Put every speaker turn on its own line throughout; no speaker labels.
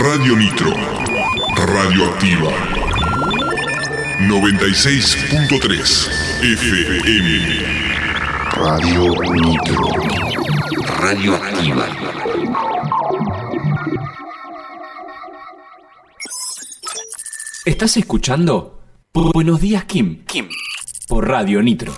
Radio Nitro. Radioactiva. 96.3 FM. Radio Nitro. Radioactiva.
¿Estás escuchando? Buenos días, Kim. Kim. Por Radio Nitro.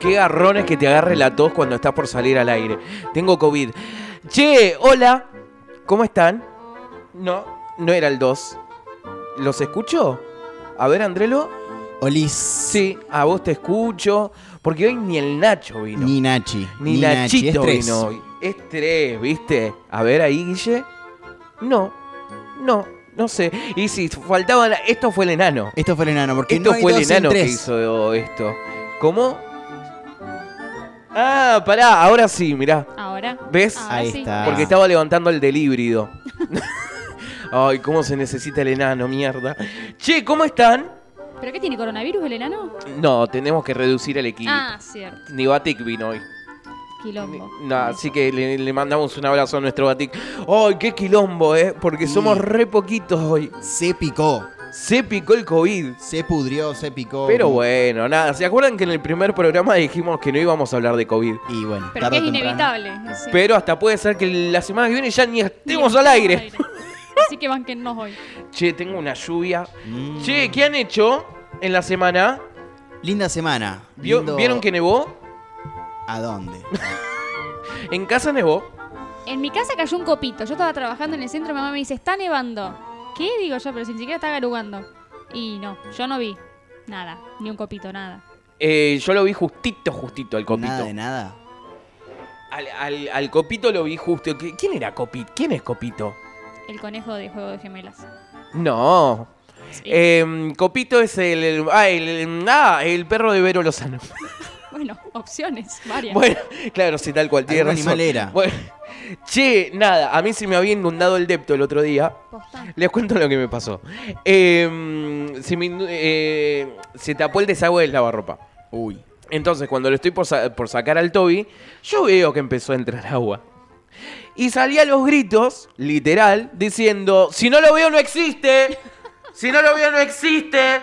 Qué garrones que te agarre la tos cuando estás por salir al aire. Tengo COVID. Che, hola. ¿Cómo están? No, no era el 2. ¿Los escucho? A ver, Andrelo.
Olis.
Sí, a vos te escucho. Porque hoy ni el Nacho vino.
Ni Nachi.
Ni,
Nachi,
Nachito
es tres.
vino hoy. Es tres, ¿viste? A ver ahí, Guille. No, no, no sé. Y si faltaban. Esto fue el enano.
Esto fue el enano, porque
Esto
no hay
fue el
dos sin
enano que
tres.
hizo esto. ¿Cómo? Ah, pará, ahora sí, mirá.
Ahora.
¿Ves?
Ahora
Ahí
sí.
está.
Porque
Ah.
estaba levantando el del híbrido. Ay, cómo se necesita el enano, mierda. Che, ¿cómo están?
¿Pero qué tiene coronavirus el enano?
No, tenemos que reducir el equipo.
Ah, cierto.
Ni Batik vino hoy.
Quilombo.
Ni- nada, así que le, le mandamos un abrazo a nuestro Batik. ¡Ay, qué quilombo, eh! Porque
Sí.
somos re poquitos hoy.
Se picó.
Se picó el COVID.
Se pudrió, se picó.
Pero bueno, nada. ¿Se acuerdan que en el primer programa dijimos que no íbamos a hablar de COVID?
Y bueno,
Pero que
tarde
es
o temprano.
inevitable. sí.
Pero hasta puede ser que la semana que viene ya ni
Ni
estemos al aire.
Así que banquennos hoy.
Che, tengo una lluvia.
Mm.
Che, ¿qué han hecho en la semana?
Linda semana.
Vio-
Lindo-
¿Vieron que nevó?
¿A dónde?
En casa nevó.
En mi casa cayó un copito. Yo estaba trabajando en el centro. Mi mamá me dice, está nevando. ¿Qué? Digo yo, pero si ni siquiera está garugando. Y no, yo no vi nada. Ni un copito, nada.
Eh, yo lo vi justito, justito al copito.
Nada de nada.
Al, al- al copito lo vi justo. ¿Qui- ¿Quién era copito? ¿Quién es copito?
El conejo de Juego de Gemelas.
No.
Sí.
Em, copito es el, el- ah, el, el- ah, el perro de Vero Lozano.
Bueno, opciones, varias.
Bueno, claro, sí, tal cual. Tiene
Algún
razón.
animal era.
Bueno, che, nada, a mí se me había inundado el depto el otro día.
Posta.
Les cuento lo que me pasó. Em, se, me indu- eh, se tapó el desagüe del lavarropa.
Uy.
Entonces, cuando lo estoy por, sa- por sacar al Toby, yo veo que empezó a entrar agua. Y salí a los gritos, literal, diciendo, si no lo veo no existe, si no lo veo no existe.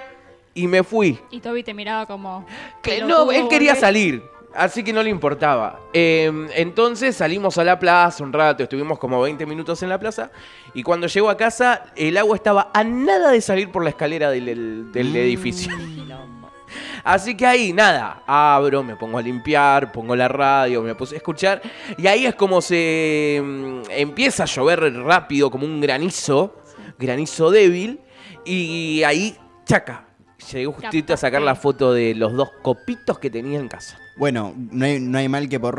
Y me fui.
Y Toby te miraba como...
Que
"Pelotudo,
no, él quería
volvé".
salir, así que no le importaba. Eh, entonces salimos a la plaza un rato, estuvimos como 20 minutos en la plaza. Y cuando llego a casa, el agua estaba a nada de salir por la escalera del, del- del edificio. Así que ahí, nada, abro, me pongo a limpiar, pongo la radio, me puse a escuchar. Y ahí es como se mm, empieza a llover rápido, como un granizo, granizo débil. Y ahí, chaca, llegué justito a sacar la foto de los dos copitos que tenía en casa.
Bueno, no hay, no hay mal que por,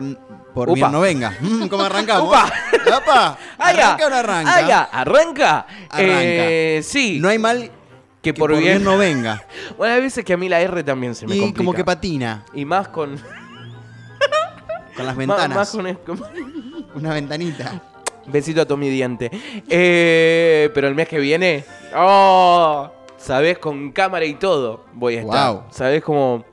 por
Upa.
bien no venga. Mm, ¿Cómo arrancamos?
Upa.
¡Apa!
¡Ay,
¿Arranca
ya!
o no arranca?
¡Ay, ya! ¿Arranca?
Arranca.
Eh, sí.
No hay mal
que, por bien.
no venga.
Bueno, hay veces que a mí la R también se me
y
complica.
como que patina
y más con.
con
más-
las ventanas.
Más con, el- con-
Una ventanita.
Besito a Tommy Diente. Eh, pero el mes que viene. ¡Oh! ¿Sabés? Con cámara y todo voy a estar.
Guau.
¿Sabés cómo?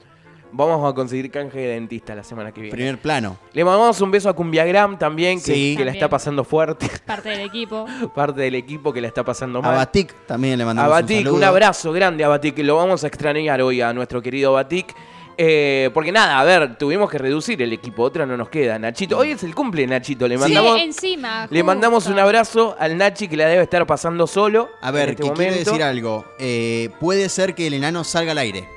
Vamos a conseguir canje de dentista la semana que viene.
Primer plano.
Le mandamos un beso a Cumbiagram también, que,
Sí.
que la está
También.
pasando fuerte.
Parte del equipo.
Parte del equipo que la está pasando
A
mal.
Batik también le mandamos
A Batik,
un,
un,
saludo.
abrazo grande a Batik. Lo vamos a extrañar hoy a nuestro querido Batik. Eh, porque nada, a ver, tuvimos que reducir el equipo. Otra no nos queda, Nachito. Hoy es el cumple, Nachito. Le mandamos,
sí, encima.
le mandamos
justo.
un abrazo al Nachi que la debe estar pasando solo.
A ver,
en este
que quiero
momento.
decir algo. Eh, puede ser que el enano salga al aire.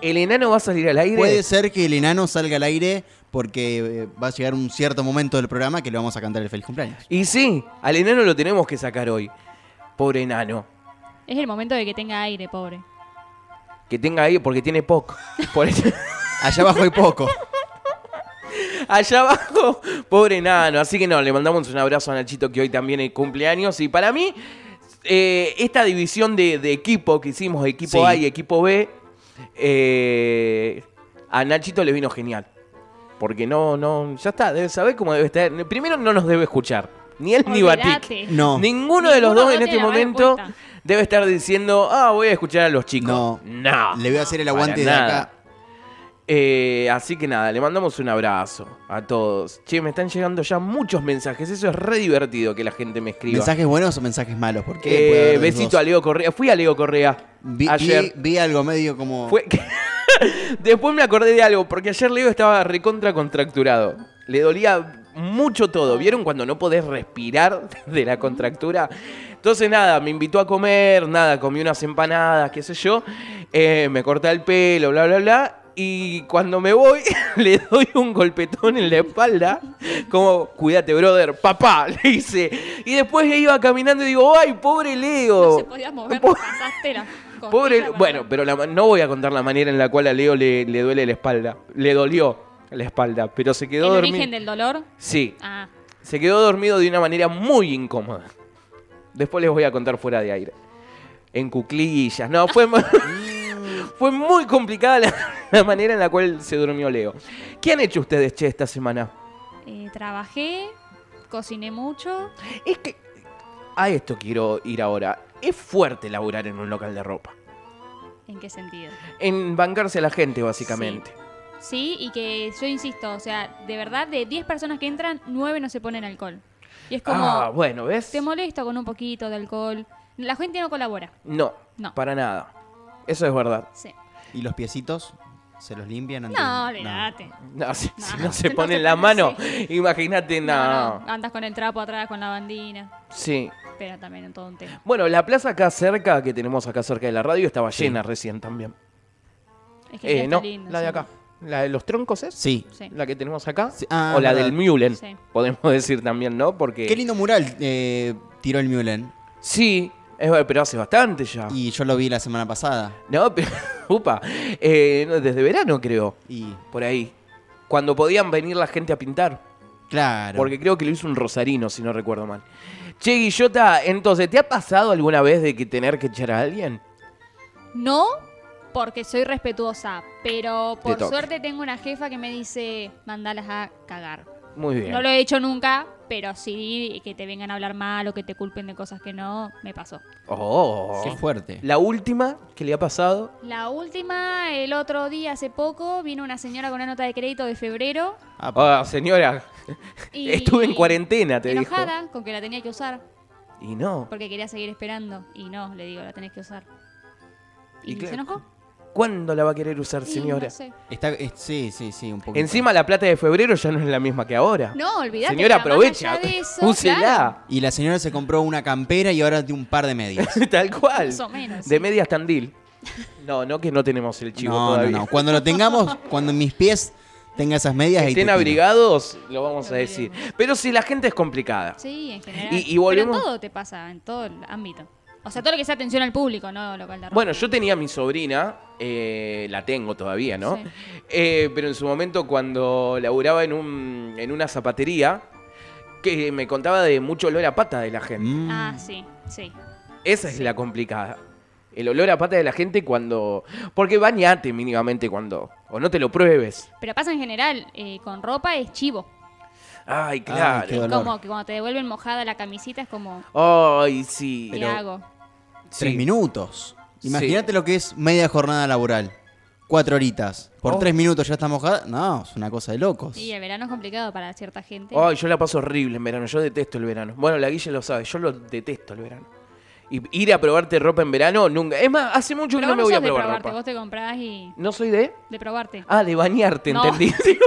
¿El enano va a salir al aire?
Puede ser que el enano salga al aire porque eh, va a llegar un cierto momento del programa que le vamos a cantar el feliz cumpleaños.
Y sí, al enano lo tenemos que sacar hoy. Pobre enano.
Es el momento de que tenga aire, pobre.
Que tenga ahí, porque tiene poco. Por eso-
Allá abajo hay poco.
allá abajo. Pobre nano. Así que no, le mandamos un abrazo a Nachito que hoy también es cumpleaños. Y para mí, eh, esta división de, de equipo que hicimos, equipo
Sí.
A y equipo B, eh, A Nachito le vino genial. Porque no, no, ya está, debe saber cómo debe estar. Primero no nos debe escuchar. Ni él ni Batik.
Olvídate.
No.
Ninguno de los
Ninguno
dos
no
en este
tiene la mala
momento
puesta.
debe estar diciendo, ah, voy a escuchar a los chicos.
No.
No.
Le voy a hacer el
Para
aguante de
nada.
acá.
Eh, así que nada, le mandamos un abrazo a todos. Che, me están llegando ya muchos mensajes. Eso es re divertido que la gente me escriba.
¿Mensajes buenos o mensajes malos? Porque
Eh, besito a Leo Correa. Fui a Leo Correa
vi, vi-
ayer.
vi algo medio como.
Fue- Después me acordé de algo, porque ayer Leo estaba recontra contracturado. Le dolía mucho todo. ¿Vieron cuando no podés respirar de la contractura? Entonces nada, me invitó a comer, nada, comí unas empanadas, qué sé yo. eh, me corté el pelo, bla, bla, bla. Y cuando me voy, le doy un golpetón en la espalda. Como, cuídate, brother, papá, le hice. Y después iba caminando y digo, ay, pobre Leo.
No se podía mover,
Po-
pasaste la costilla
Pobre,
para-
bueno, pero la ma- no voy a contar la manera en la cual a Leo le, le duele la espalda. Le dolió la espalda, pero se
¿El
quedó dormido.
origen del dolor?
Sí,
Ah,
se quedó dormido de una manera muy incómoda. Después les voy a contar fuera de aire. En cuclillas. No, fue, mu- fue muy complicada la, la manera en la cual se durmió Leo. ¿Qué han hecho ustedes, che, esta semana?
eh, trabajé, cociné mucho.
Es que a esto quiero ir ahora. Es fuerte laburar en un local de ropa.
¿En qué sentido?
En bancarse a la gente, básicamente.
Sí, y que yo insisto, o sea, de verdad, de 10 personas que entran, 9 no se ponen alcohol. Y es como,
Ah, bueno, ¿ves?
te molesto con un poquito de alcohol. La gente no colabora.
No,
No.
para nada. Eso es verdad.
Sí.
¿Y los piecitos? ¿Se los limpian antes?
No, olvídate.
No, si, si no,
No,
se
no
pone
se
en la
pone,
mano, imagínate, no,
No,
no.
no, Andas con el trapo atrás, con la bandina.
Sí.
Pero también en todo un tema.
Bueno, la plaza acá cerca, que tenemos acá cerca de la radio, estaba llena recién también.
Es que ya
Eh,
está
no,
lindo,
la de
sí.
acá. ¿La de los troncos es?
Sí.
Sí.
¿La que tenemos acá?
Sí, ah,
o la
verdad.
del Mulen,
Sí.
podemos decir también, ¿no? Porque...
Qué lindo mural eh, tiró el Mullen.
Sí, es verdad, pero hace bastante ya.
Y yo lo vi la semana pasada.
No, pero... Upa. Eh, no, desde verano creo,
Y
por ahí. Cuando podían venir la gente a pintar.
claro.
Porque creo que lo hizo un rosarino, si no recuerdo mal. Che, Guillota, entonces, ¿te ha pasado alguna vez de que tener que echar a alguien?
No, porque soy respetuosa, pero por
toca.
suerte tengo una jefa que me dice, mandalas a cagar.
Muy bien.
No lo he hecho nunca, pero sí que te vengan a hablar mal o que te culpen de cosas que no, me pasó.
Oh.
Qué fuerte.
La última que le ha pasado.
La última, el otro día, hace poco, vino una señora con una nota de crédito de febrero.
Ah,
Ah, señora,
Y
estuve en cuarentena, te
enojada con que la tenía que usar,
dijo. Y no.
porque quería seguir esperando. Y no, le digo, la tenés que usar. ¿Y,
Y
se
claro,
enojó?
¿Cuándo la va a querer usar,
Y
señora?
no, sé.
Está, es- sí, sí, sí, un poquito.
Encima la plata de febrero ya no es la misma que ahora.
No, olvidate,
Señora,
pero más allá
aprovecha.
de eso,
Úsela.
Y la señora se compró una campera y ahora de un par de medias.
Tal cual.
Más o menos,
De
sí.
medias tandil. No, no que no tenemos el chivo
no, no,
todavía.
no. Cuando lo tengamos, cuando mis pies tenga esas medias. ahí te
estén
tiro.
abrigados, lo vamos a
Lo
decir.
veremos.
Pero si la gente es complicada.
Sí, en general.
Y- y volvemos-
Pero en todo te pasa, en todo el ámbito. O sea, todo lo que sea atención al público, no local de ropa.
Bueno, yo tenía a mi sobrina, eh, la tengo todavía, ¿no?
Sí.
Eh, pero en su momento cuando laburaba en, un, en una zapatería, que me contaba de mucho olor a pata de la gente.
Mm.
Ah, sí, sí.
Esa es la complicada. El olor a pata de la gente cuando... Porque bañate mínimamente cuando... O no te lo pruebes.
Pero pasa en general, eh, con ropa es chivo.
Ay, claro.
qué
Ay,
dolor.
Como que cuando te devuelven mojada la camisita es como,
sí.
¿qué
Pero-
hago?
Tres
sí.
minutos.
Sí.
Imagínate lo que es media jornada laboral. Cuatro horitas. Por
Oh.
tres minutos ya está mojada. No, es una cosa de locos.
Y el verano es complicado para cierta gente.
Ay, yo la paso horrible en verano. Yo detesto el verano. Bueno, la Guille lo sabe. Yo lo detesto el verano. Y ir a probarte ropa en verano, nunca. Es más, hace mucho que
Pero
no me
vos no
voy a
sos de
probar
probarte,
ropa.
vos te comprás y...
¿No soy de?
De probarte.
Ah, de bañarte,
No.
entendí.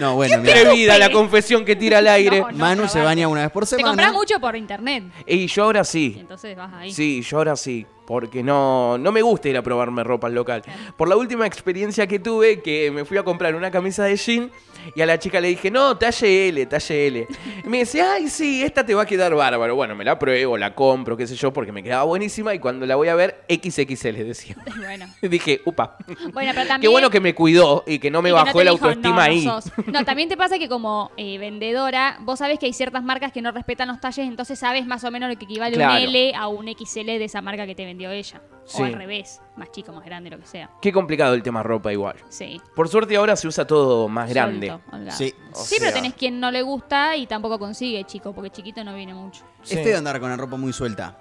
No, bueno, mira.
Atrevida la confesión que tira al aire.
No, no,
Manu se
probarte.
baña una vez por
Te
semana.
compras mucho por internet.
Y yo ahora
Y
sí.
entonces vas ahí.
Sí, yo ahora sí. Porque no, no me gusta ir a probarme ropa al local. Por la última experiencia que tuve, que me fui a comprar una camisa de jean y a la chica le dije, no, talle L, talle L. Y me dice, ay, sí, esta te va a quedar bárbaro. Bueno, me la pruebo, la compro, qué sé yo, porque me quedaba buenísima y cuando la voy a ver, XXL decía.
Bueno.
Y dije, upa.
Bueno, pero también...
Qué bueno que me cuidó y que no me
Y que no
bajó
te
la
dijo,
autoestima
"No, no
ahí.
sos". No, también te pasa que como eh, vendedora, vos sabés que hay ciertas marcas que no respetan los talles, entonces sabes más o menos lo que equivale
Claro.
un L a un XL de esa marca que te vendió ella.
Sí.
O al revés, más chico, más grande, lo que sea.
Qué complicado el tema ropa igual.
Sí.
Por suerte ahora se usa todo más grande.
Suelto, holgado.
Sí.
Sí,
O
pero
sea-
tenés quien no le gusta y tampoco consigue, chico, porque chiquito no viene mucho.
Sí.
Es feo Este andar con la ropa muy suelta.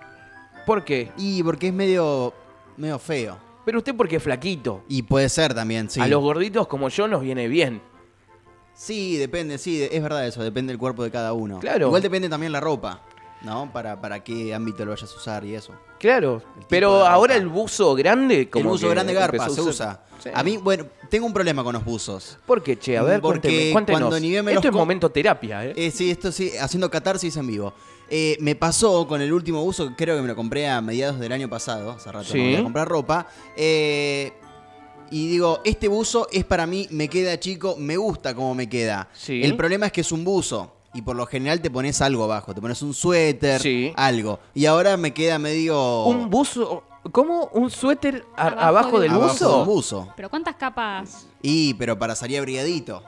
¿Por qué?
Y porque es medio, medio feo.
Pero usted porque es flaquito.
Y puede ser también, sí.
A los gorditos como yo nos viene bien.
Sí, depende, sí, de- es verdad eso, depende del cuerpo de cada uno.
Claro.
Igual depende también la ropa, ¿no? Para, para qué ámbito lo vayas a usar y eso.
Claro.
tipo de
Pero
ropa.
ahora el buzo grande como
el buzo
que
grande garpa
empezó
se
a usar-
usa.
Sí.
A mí, bueno, tengo un problema con los buzos.
¿Por qué, che? A ver,
Porque
cuénteme, cuéntenos.
cuando ni bien me
Esto
los
es
co-
momento terapia, ¿eh?
Eh, sí, esto sí, haciendo catarsis en vivo. Eh, me pasó con el último buzo, que creo que me lo compré a mediados del año pasado, hace rato
Sí.
no voy a comprar ropa. eh, y digo, este buzo es para mí, me queda chico, me gusta como me queda.
Sí.
El problema es que es un buzo. Y por lo general te pones algo abajo, te pones un suéter,
Sí.
algo. Y ahora me queda medio...
Un buzo. ¿Cómo? ¿Un suéter a-
Abajo
abajo,
del
del
abajo
buzo?
de un buzo.
Pero ¿cuántas capas?
Y, pero para salir abrigadito.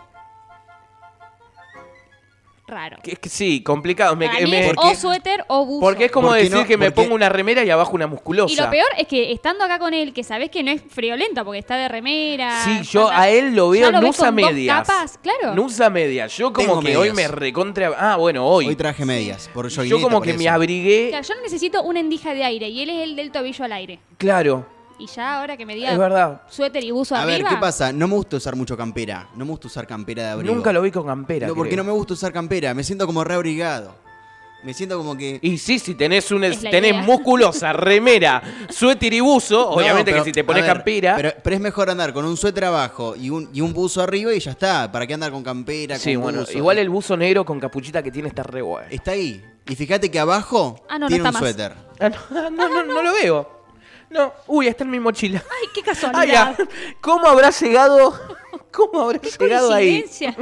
Raro.
Que- que sí, complicado. Me-
Para mí
me-
es o suéter o buzo.
porque es como
Porque
decir
no-
que me
porque-
pongo una remera y abajo una musculosa.
Y lo peor es que estando acá con él, que sabés que no es friolento porque está de remera.
Sí, yo
falda-
a él lo
Ya
veo, no
ves
usa
con dos
medias.
capas, claro.
No usa medias. Yo como
Tengo
que hoy me
medias.
recontra. Ah, bueno, hoy.
Hoy traje medias, por
yo como que me abrigué.
Claro, yo necesito una endija de aire y él es el del tobillo al aire.
Claro,
Y ya ahora que me diga
es verdad.
suéter y buzo
A ver,
arriba.
¿qué pasa? No me gusta usar mucho campera. No me gusta usar campera de abrigo.
Nunca lo vi con campera.
No, porque
creo.
no me gusta usar campera. Me siento como reabrigado. Me siento como que.
Y sí, si tenés un
Es la
tenés
idea.
musculosa, remera, suéter y buzo,
No,
obviamente
pero,
que si te
a
pones
ver,
campera.
Pero, pero es mejor andar con un suéter abajo y un, y un buzo arriba y ya está. ¿Para qué andar con campera?
sí,
con
bueno,
buzo?
igual el buzo negro con capuchita que tiene está re bueno.
Está ahí. Y fíjate que abajo
Ah, no, no
tiene
está
un
más.
suéter.
Ah, no, ah, no, no, no lo veo. No, uy, está en mi mochila.
Ay, qué
Ay, ah,
casualidad.
¿Cómo habrá llegado? ¿Cómo habrá llegado ahí?
Coincidencia.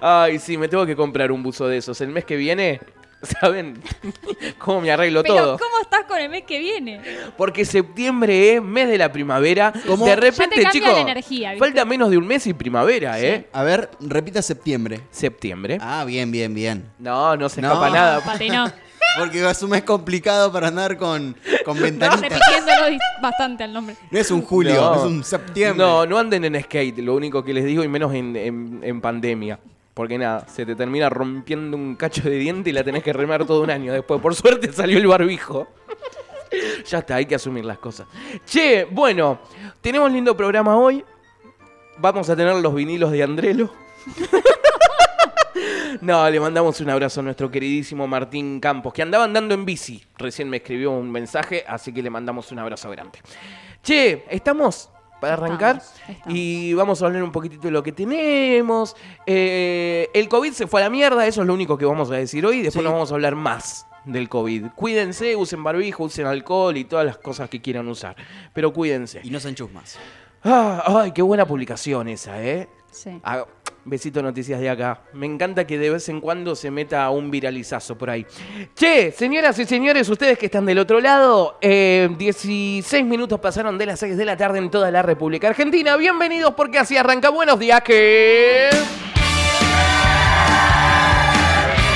Ay, sí, me tengo que comprar un buzo de esos. El mes que viene, ¿saben cómo me arreglo
Pero
todo?
¿cómo estás con el mes que viene?
Porque septiembre es mes de la primavera.
¿Cómo?
De
Ya te
repente,
cambia
chicos,
la energía, ¿viste?
falta menos de un mes y primavera, ¿eh?
A ver, repita septiembre.
Septiembre.
Ah, bien, bien, bien.
No, no se
No.
escapa nada.
Pate, no.
Porque es un mes complicado para andar con, con ventanitas.
Repitiéndolo dis- bastante al nombre.
No es un julio,
No.
es un septiembre.
No, no anden en skate, lo único que les digo, y menos en, en- en pandemia. Porque nada, se te termina rompiendo un cacho de diente y la tenés que remar todo un año después. Por suerte salió el barbijo. ya está, hay que asumir las cosas. Che, bueno, tenemos lindo programa hoy. Vamos a tener los vinilos de Andrelo. No, le mandamos un abrazo a nuestro queridísimo Martín Campos, que andaba andando en bici. Recién me escribió un mensaje, así que le mandamos un abrazo grande. Che, estamos para
Estamos,
arrancar
estamos.
y vamos a hablar un poquitito de lo que tenemos. Eh, el COVID se fue a la mierda, eso es lo único que vamos a decir hoy. Después
Sí.
nos vamos a hablar más del COVID. Cuídense, usen barbijo, usen alcohol y todas las cosas que quieran usar. Pero cuídense.
Y no se enchusmas.
Ah, ay, qué buena publicación esa, ¿eh?
Sí.
Ah, besito noticias de acá. Me encanta que de vez en cuando se meta un viralizazo por ahí. Che, señoras y señores, ustedes que están del otro lado, eh, 16 minutos pasaron de las 6 de la tarde en toda la República Argentina. Bienvenidos porque así arranca. Buenos días, que...